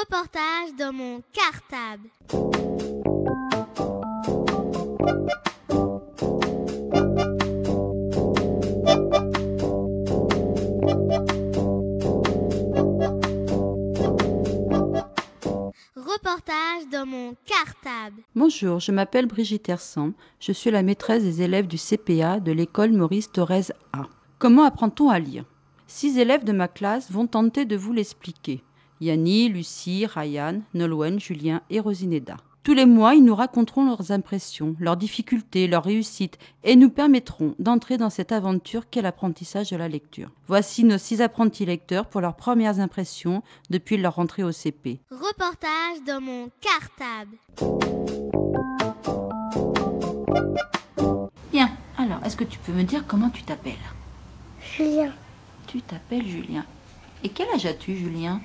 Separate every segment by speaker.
Speaker 1: reportage dans mon cartable. Reportage dans mon cartable.
Speaker 2: Bonjour, je m'appelle Brigitte Hersan. Je suis la maîtresse des élèves du CPA de l'école Maurice Thorez A. Comment apprend-on à lire Six élèves de ma classe vont tenter de vous l'expliquer. Yanni, Lucie, Ryan, Nolwenn, Julien et Rosineda. Tous les mois, ils nous raconteront leurs impressions, leurs difficultés, leurs réussites et nous permettront d'entrer dans cette aventure qu'est l'apprentissage de la lecture. Voici nos six apprentis lecteurs pour leurs premières impressions depuis leur rentrée au CP.
Speaker 1: Reportage dans mon cartable.
Speaker 2: Bien, alors est-ce que tu peux me dire comment tu t'appelles
Speaker 3: Julien,
Speaker 2: Tu t'appelles Julien. Et quel âge as-tu, Julien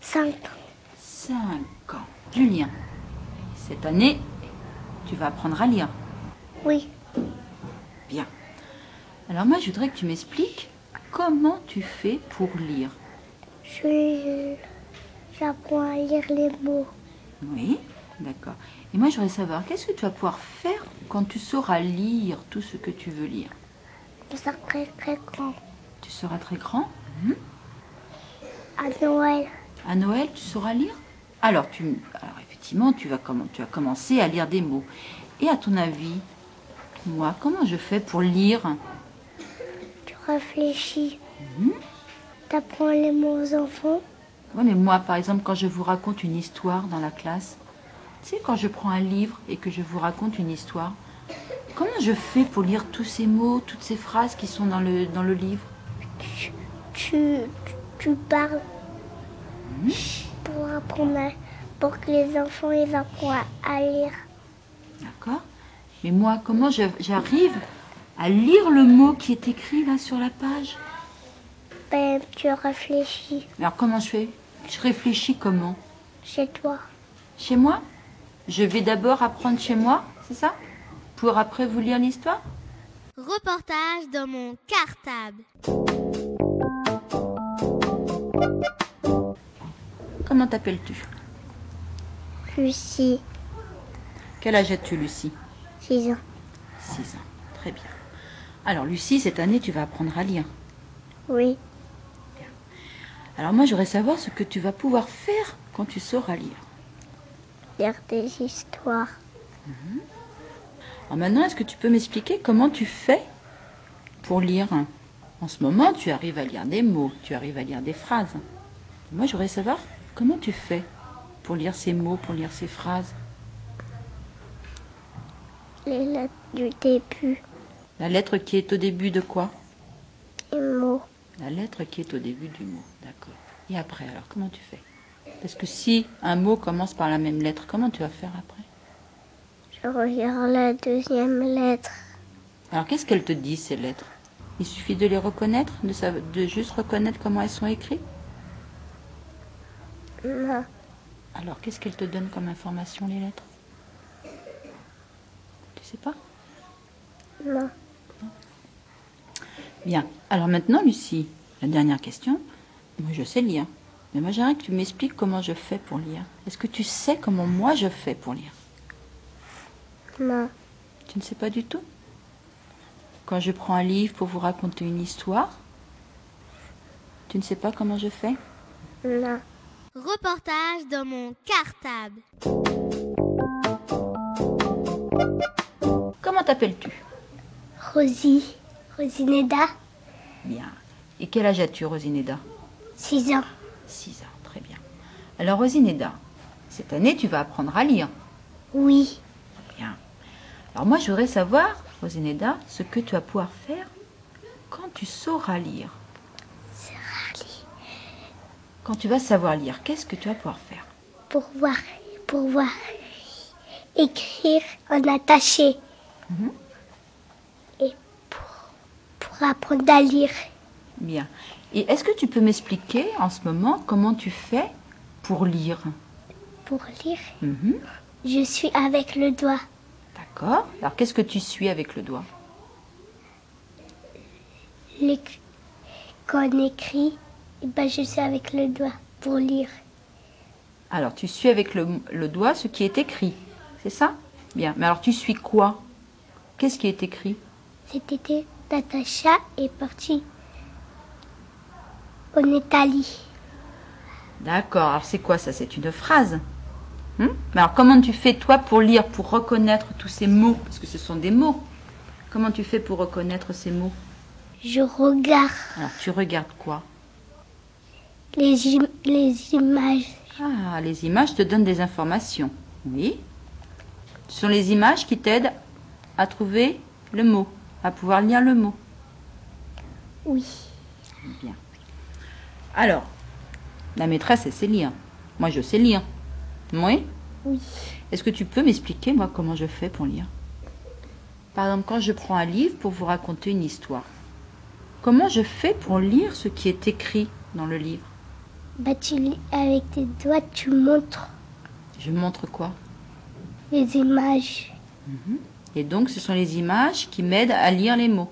Speaker 3: 5
Speaker 2: Cinq ans. Julien, cette année, tu vas apprendre à lire.
Speaker 3: Oui,
Speaker 2: Bien. Alors moi, je voudrais que tu m'expliques comment tu fais pour lire.
Speaker 3: je euh, j'apprends à lire les mots.
Speaker 2: Oui, d'accord. Et moi, je voudrais savoir, qu'est-ce que tu vas pouvoir faire quand tu sauras lire tout ce que tu veux lire
Speaker 3: Ça très très grand.
Speaker 2: Tu seras très grand
Speaker 3: À Noël,
Speaker 2: À Noël, tu sauras lire alors, tu, alors, effectivement, tu vas, comm- tu vas commencer à lire des mots. Et à ton avis, moi, comment je fais pour lire
Speaker 3: tu réfléchis. T'apprends les mots aux enfants.
Speaker 2: Oui, mais moi, par exemple, quand je vous raconte une histoire dans la classe, tu sais, quand je prends un livre et que je vous raconte une histoire, comment je fais pour lire tous ces mots, toutes ces phrases qui sont dans le, dans le livre
Speaker 3: Tu, tu, tu parles pour apprendre à- pour que les enfants ils apprennent à lire.
Speaker 2: D'accord Mais moi, comment je- j'arrive à lire le mot qui est écrit là sur la page
Speaker 3: Ben, tu réfléchis
Speaker 2: Alors, comment je fais Je réfléchis comment
Speaker 3: chez toi.
Speaker 2: Chez moi Je vais d'abord apprendre chez moi, c'est ça Pour après vous lire l'histoire
Speaker 1: Reportage dans mon cartable.
Speaker 2: Comment t'appelles-tu
Speaker 3: Lucie,
Speaker 2: Quel âge as-tu, Lucie
Speaker 3: 6 ans.
Speaker 2: 6 ans. Très bien. Alors Lucie, cette année, tu vas apprendre à lire.
Speaker 3: Oui,
Speaker 2: Alors moi, j'aimerais savoir ce que tu vas pouvoir faire quand tu sauras lire.
Speaker 3: lire des histoires.
Speaker 2: Alors maintenant, est-ce que tu peux m'expliquer comment tu fais pour lire En ce moment, tu arrives à lire des mots, tu arrives à lire des phrases. Moi, j'aimerais savoir comment tu fais pour lire ces mots, pour lire ces phrases.
Speaker 3: Les lettres du début,
Speaker 2: La lettre qui est au début de quoi
Speaker 3: les mots.
Speaker 2: La lettre qui est au début du mot, d'accord. Et après, alors, comment tu fais Parce que si un mot commence par la même lettre, comment tu vas faire après
Speaker 3: Je regarde la deuxième lettre.
Speaker 2: Alors qu'est-ce qu'elles te disent ces lettres Il suffit de les reconnaître, de, sav- de juste reconnaître comment elles sont écrites
Speaker 3: Non,
Speaker 2: Alors qu'est-ce qu'elles te donnent comme information les lettres Tu sais pas
Speaker 3: non.
Speaker 2: Bien. Alors maintenant Lucie, la dernière question. Moi je sais lire. Mais moi j'aimerais que tu m'expliques comment je fais pour lire. Est-ce que tu sais comment moi je fais pour lire
Speaker 3: Non,
Speaker 2: Tu ne sais pas du tout Quand je prends un livre pour vous raconter une histoire, tu ne sais pas comment je fais
Speaker 3: non.
Speaker 1: Reportage dans mon cartable.
Speaker 2: Comment t'appelles-tu
Speaker 3: Rosie. Rosineda,
Speaker 2: Bien. Et quel âge as-tu, Rosineda
Speaker 3: 6 ans.
Speaker 2: 6 ans, très bien. Alors, Rosineda, cette année, tu vas apprendre à lire.
Speaker 3: Oui,
Speaker 2: Bien. Alors, moi, je voudrais savoir, Rosineda, ce que tu vas pouvoir faire quand tu sauras lire. Quand tu vas savoir lire, qu'est-ce que tu vas pouvoir faire
Speaker 3: pour voir, pour voir écrire en attaché. Et pour, pour apprendre à lire.
Speaker 2: Bien. Et est-ce que tu peux m'expliquer en ce moment comment tu fais pour lire
Speaker 3: Pour lire,
Speaker 2: Mhm.
Speaker 3: je suis avec le doigt.
Speaker 2: D'accord. Alors, qu'est-ce que tu suis avec le doigt
Speaker 3: L'éc- Quand on écrit, eh ben, je suis avec le doigt. pour lire.
Speaker 2: Alors, tu suis avec le, le doigt ce qui est écrit, c'est ça Bien. Mais alors, tu suis quoi Qu'est-ce qui est écrit
Speaker 3: Cet été, Natacha est partie en Italie.
Speaker 2: D'accord. Alors, c'est quoi ça C'est une phrase. Hmm Mais alors, comment tu fais, toi, pour lire, pour reconnaître tous ces mots Parce que ce sont des mots. Comment tu fais pour reconnaître ces mots
Speaker 3: Je regarde
Speaker 2: Alors, tu regardes quoi
Speaker 3: les, im- les images.
Speaker 2: Ah, les images te donnent des informations. Oui. Ce sont les images qui t'aident à trouver le mot, à pouvoir lire le mot.
Speaker 3: Oui.
Speaker 2: Bien. Alors, la maîtresse, elle sait lire. Moi, je sais lire. Oui
Speaker 3: Oui.
Speaker 2: Est-ce que tu peux m'expliquer, moi, comment je fais pour lire Par exemple, quand je prends un livre pour vous raconter une histoire, comment je fais pour lire ce qui est écrit dans le livre
Speaker 3: Bah, tu lis avec tes doigts, tu montres
Speaker 2: Je montre quoi
Speaker 3: les images.
Speaker 2: Et donc, ce sont les images qui m'aident à lire les mots.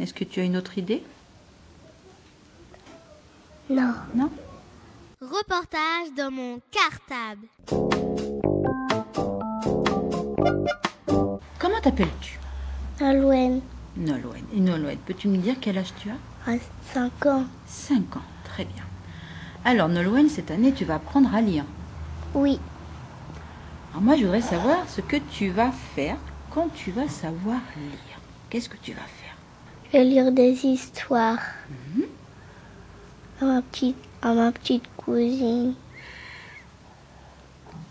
Speaker 2: Est-ce que tu as une autre idée
Speaker 3: Non.
Speaker 2: Non
Speaker 1: Reportage dans mon cartable.
Speaker 2: Comment t'appelles-tu
Speaker 3: Halloween,
Speaker 2: Nolwenn. Et Nolwenn, peux-tu me dire quel âge tu as
Speaker 3: à 5 ans.
Speaker 2: 5 ans. Très bien. Alors, Nolwenn, cette année, tu vas apprendre à lire.
Speaker 3: Oui.
Speaker 2: Alors, moi, je voudrais savoir ce que tu vas faire quand tu vas savoir lire. Qu'est-ce que tu vas faire
Speaker 3: Je vais lire des histoires à, ma petite, à ma petite cousine.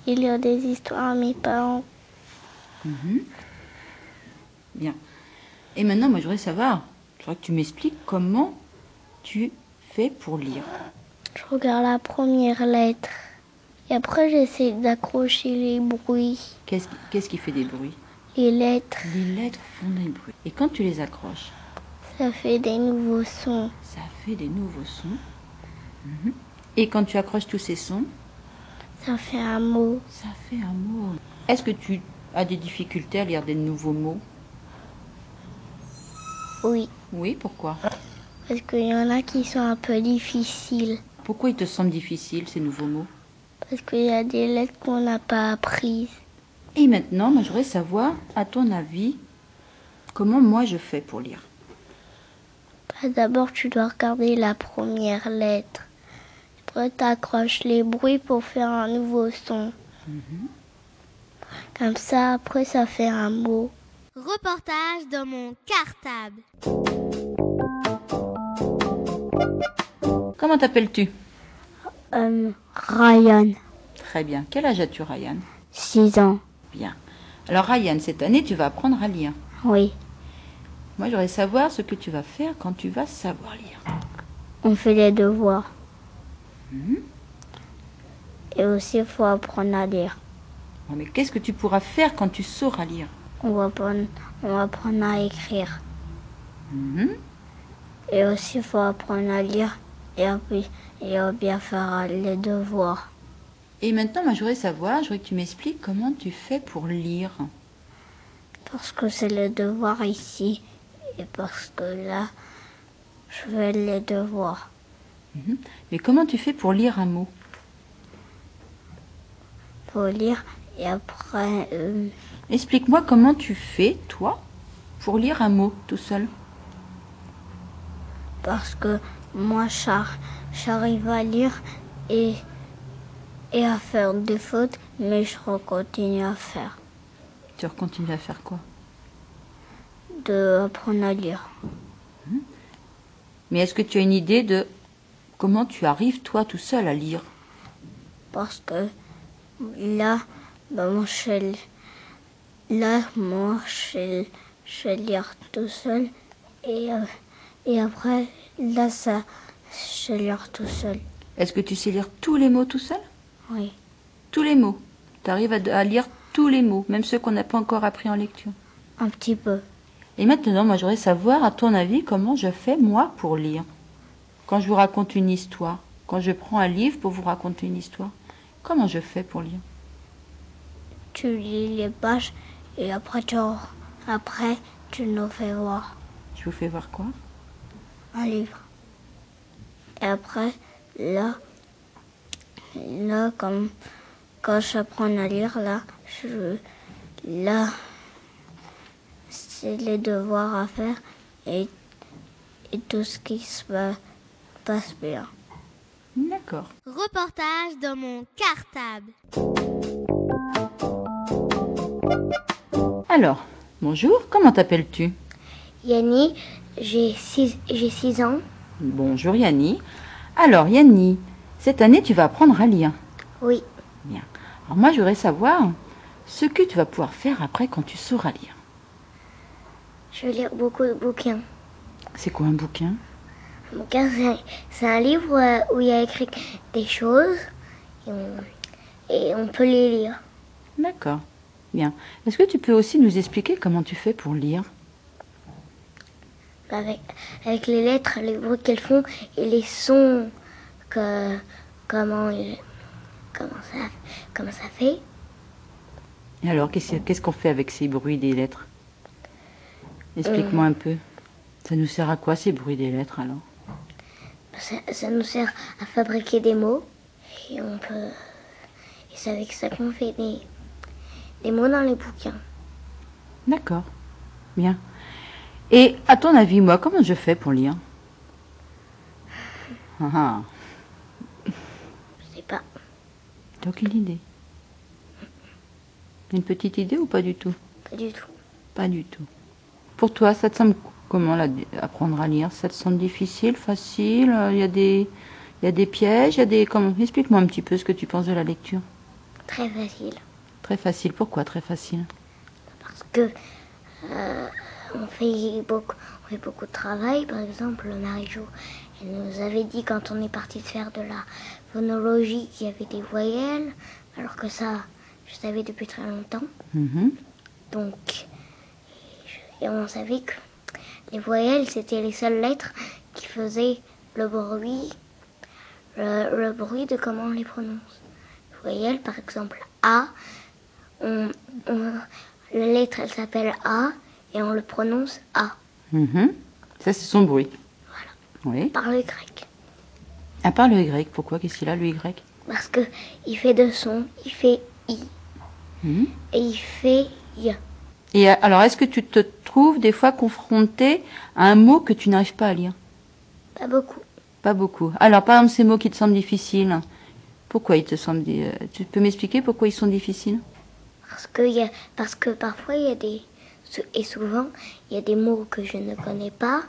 Speaker 3: Je vais lire des histoires à mes parents.
Speaker 2: Bien. Et maintenant, moi, je voudrais savoir, je voudrais que tu m'expliques comment tu fais pour lire.
Speaker 3: Je regarde la première lettre. Et après, j'essaie d'accrocher les bruits,
Speaker 2: Qu'est-ce qu'est-ce qui fait des bruits
Speaker 3: les lettres.
Speaker 2: Les lettres font des bruits. Et quand tu les accroches,
Speaker 3: Ça fait des nouveaux sons.
Speaker 2: Ça fait des nouveaux sons. Mhm. Et quand tu accroches tous ces sons,
Speaker 3: Ça fait un mot.
Speaker 2: ça fait un mot. Est-ce que tu as des difficultés à lire des nouveaux mots
Speaker 3: Oui.
Speaker 2: Oui, pourquoi
Speaker 3: Parce qu'il y en a qui sont un peu difficiles.
Speaker 2: Pourquoi ils te semblent difficiles, ces nouveaux mots
Speaker 3: Parce qu'il y a des lettres qu'on n'a pas apprises.
Speaker 2: Et maintenant, moi, je voudrais savoir, à ton avis, comment moi je fais pour lire
Speaker 3: Bah, D'abord, tu dois regarder la première lettre. Après, t'accroches les bruits pour faire un nouveau son. Comme ça, après, ça fait un mot.
Speaker 1: Reportage dans mon cartable.
Speaker 2: Comment t'appelles-tu
Speaker 3: Euh, Ryan,
Speaker 2: Très bien. Quel âge as-tu, Ryan
Speaker 3: 6 ans.
Speaker 2: Bien. Alors, Ryan, cette année, tu vas apprendre à lire.
Speaker 3: Oui,
Speaker 2: Moi, je voudrais savoir ce que tu vas faire quand tu vas savoir lire.
Speaker 3: on fait les devoirs. Et aussi, il faut apprendre à lire.
Speaker 2: Ouais, Oh, Mais qu'est-ce que tu pourras faire quand tu sauras lire
Speaker 3: On va apprendre, on va apprendre à écrire.
Speaker 2: Mhm.
Speaker 3: Et aussi, il faut apprendre à lire et à, bi- et à bien faire les devoirs.
Speaker 2: Et maintenant, moi, je voudrais savoir, je voudrais que tu m'expliques comment tu fais pour lire.
Speaker 3: Parce que c'est le devoir ici. Et parce que là, je vais les devoirs.
Speaker 2: Mais comment tu fais pour lire un mot
Speaker 3: Faut lire. Et après, euh,
Speaker 2: Explique-moi comment tu fais, toi, pour lire un mot tout seul.
Speaker 3: parce que moi, j'ar- j'arrive à lire et, et à faire des fautes, mais je continue à faire.
Speaker 2: Tu continues à faire quoi
Speaker 3: De apprendre à lire.
Speaker 2: Mais est-ce que tu as une idée de comment tu arrives, toi, tout seul à lire
Speaker 3: Parce que là, bah, moi, je vais le- là, moi, je vais, je vais lire tout seul. Et, euh, et après, là, ça, je vais lire tout seul.
Speaker 2: Est-ce que tu sais lire tous les mots tout seul
Speaker 3: Oui,
Speaker 2: Tous les mots. Tu arrives à, à lire tous les mots, même ceux qu'on n'a pas encore appris en lecture.
Speaker 3: un petit peu.
Speaker 2: Et maintenant, moi, je voudrais savoir, à ton avis, comment je fais, moi, pour lire. Quand je vous raconte une histoire, quand je prends un livre pour vous raconter une histoire, comment je fais pour lire
Speaker 3: Tu lis les pages et après, tu, en- après, tu nous fais voir
Speaker 2: Je vous fais voir quoi
Speaker 3: un livre. Et après, là, là, quand, quand j'apprends à lire, là, je, là, c'est les devoirs à faire et, et tout ce qui se pa- passe bien.
Speaker 2: D'accord.
Speaker 1: Reportage dans mon cartable.
Speaker 2: Alors, bonjour, comment t'appelles-tu
Speaker 3: Yanni, j'ai 6 j'ai six ans.
Speaker 2: Bonjour Yanni. Alors Yanni, cette année tu vas apprendre à lire.
Speaker 3: Oui.
Speaker 2: Bien. Alors moi je voudrais savoir ce que tu vas pouvoir faire après quand tu sauras lire.
Speaker 3: Je vais lire beaucoup de bouquins.
Speaker 2: C'est quoi un bouquin
Speaker 3: Un bouquin, c'est un- c'est un livre euh, où il y a écrit des choses et on, et on peut les lire.
Speaker 2: D'accord. Bien. Est-ce que tu peux aussi nous expliquer comment tu fais pour lire
Speaker 3: Avec, avec les lettres, les bruits qu'elles font et les sons que comment il- comment ça comment ça fait.
Speaker 2: Et alors qu'est-ce qu'est-ce qu'on fait avec ces bruits des lettres Explique-moi un peu. Ça nous sert à quoi ces bruits des lettres alors
Speaker 3: Ça, ça nous sert à fabriquer des mots et on peut et c'est avec ça qu'on fait des, des mots dans les bouquins.
Speaker 2: D'accord. Bien. Et à ton avis, moi, comment je fais pour lire Ah ah,
Speaker 3: Je sais pas.
Speaker 2: t'as aucune idée. Une petite idée ou pas du tout
Speaker 3: Pas du tout.
Speaker 2: Pas du tout. Pour toi, ça te semble comment là, apprendre à lire Ça te semble difficile, facile euh, Il y a des, il y a des pièges, il y a des comment Explique-moi un petit peu ce que tu penses de la lecture.
Speaker 3: Très facile.
Speaker 2: Très facile. Pourquoi très facile
Speaker 3: Parce que euh, on, fait beaucoup, on fait beaucoup de travail. Par exemple, Marie-Jo, elle nous avait dit quand on est parti de faire de la phonologie qu'il y avait des voyelles, alors que ça, je savais depuis très longtemps.
Speaker 2: Mhm.
Speaker 3: Donc, et on savait que les voyelles, c'était les seules lettres qui faisaient le bruit, le, le bruit de comment on les prononce. Les voyelles, par exemple, A, on, on- la lettre, elle s'appelle A et on le prononce A
Speaker 2: Mhm. Ça, c'est son bruit. Oui.
Speaker 3: par le grec.
Speaker 2: À part le Y, pourquoi Qu'est-ce qu'il a le Y
Speaker 3: Parce que il fait deux sons, il fait I
Speaker 2: Mhm.
Speaker 3: et il fait I.
Speaker 2: Et euh, alors, est-ce que tu te trouves des fois confronté à un mot que tu n'arrives pas à lire
Speaker 3: Pas beaucoup.
Speaker 2: Pas beaucoup. Alors, par exemple, ces mots qui te semblent difficiles, pourquoi ils te semblent... di- euh, Tu peux m'expliquer pourquoi ils sont difficiles
Speaker 3: Parce que, y a- parce que parfois il y a des. sou- Et souvent, il y a des mots que je ne connais pas.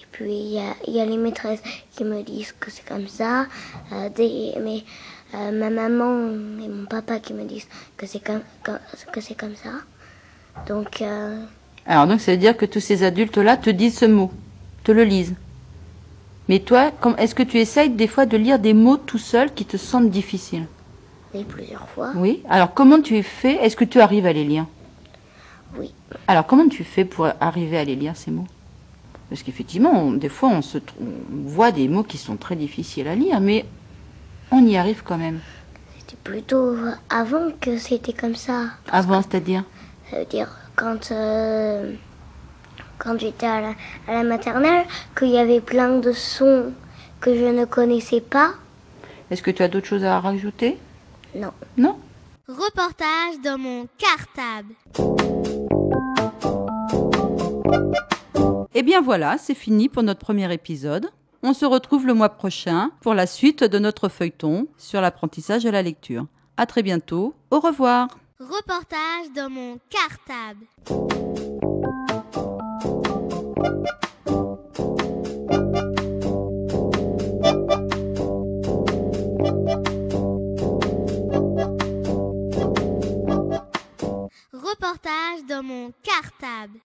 Speaker 3: Et puis il y a, il y a les maîtresses qui me disent que c'est comme ça. euh, des, mais, euh, ma maman et mon papa qui me disent que c'est comme, comme- que c'est comme ça. Donc, euh,
Speaker 2: Alors, donc, ça veut dire que tous ces adultes-là te disent ce mot, te le lisent. Mais toi, comme- est-ce que tu essayes des fois de lire des mots tout seul qui te semblent difficiles
Speaker 3: et plusieurs fois.
Speaker 2: Oui. Alors, comment tu fais Est-ce que tu arrives à les lire
Speaker 3: Oui.
Speaker 2: Alors, comment tu fais pour arriver à les lire, ces mots Parce qu'effectivement, on- des fois, on, se, tr- on voit des mots qui sont très difficiles à lire, mais on y arrive quand même.
Speaker 3: C'était plutôt avant que c'était comme ça.
Speaker 2: Avant, c'est-à-dire
Speaker 3: Ça veut dire quand, euh, quand j'étais à la, à la maternelle, qu'il y avait plein de sons que je ne connaissais pas.
Speaker 2: Est-ce que tu as d'autres choses à rajouter
Speaker 3: Non.
Speaker 2: Non
Speaker 1: Reportage dans mon cartable.
Speaker 2: Eh bien voilà, c'est fini pour notre premier épisode. On se retrouve le mois prochain pour la suite de notre feuilleton sur l'apprentissage de la lecture. À très bientôt, au revoir
Speaker 1: Reportage dans mon cartable. Reportage dans mon cartable.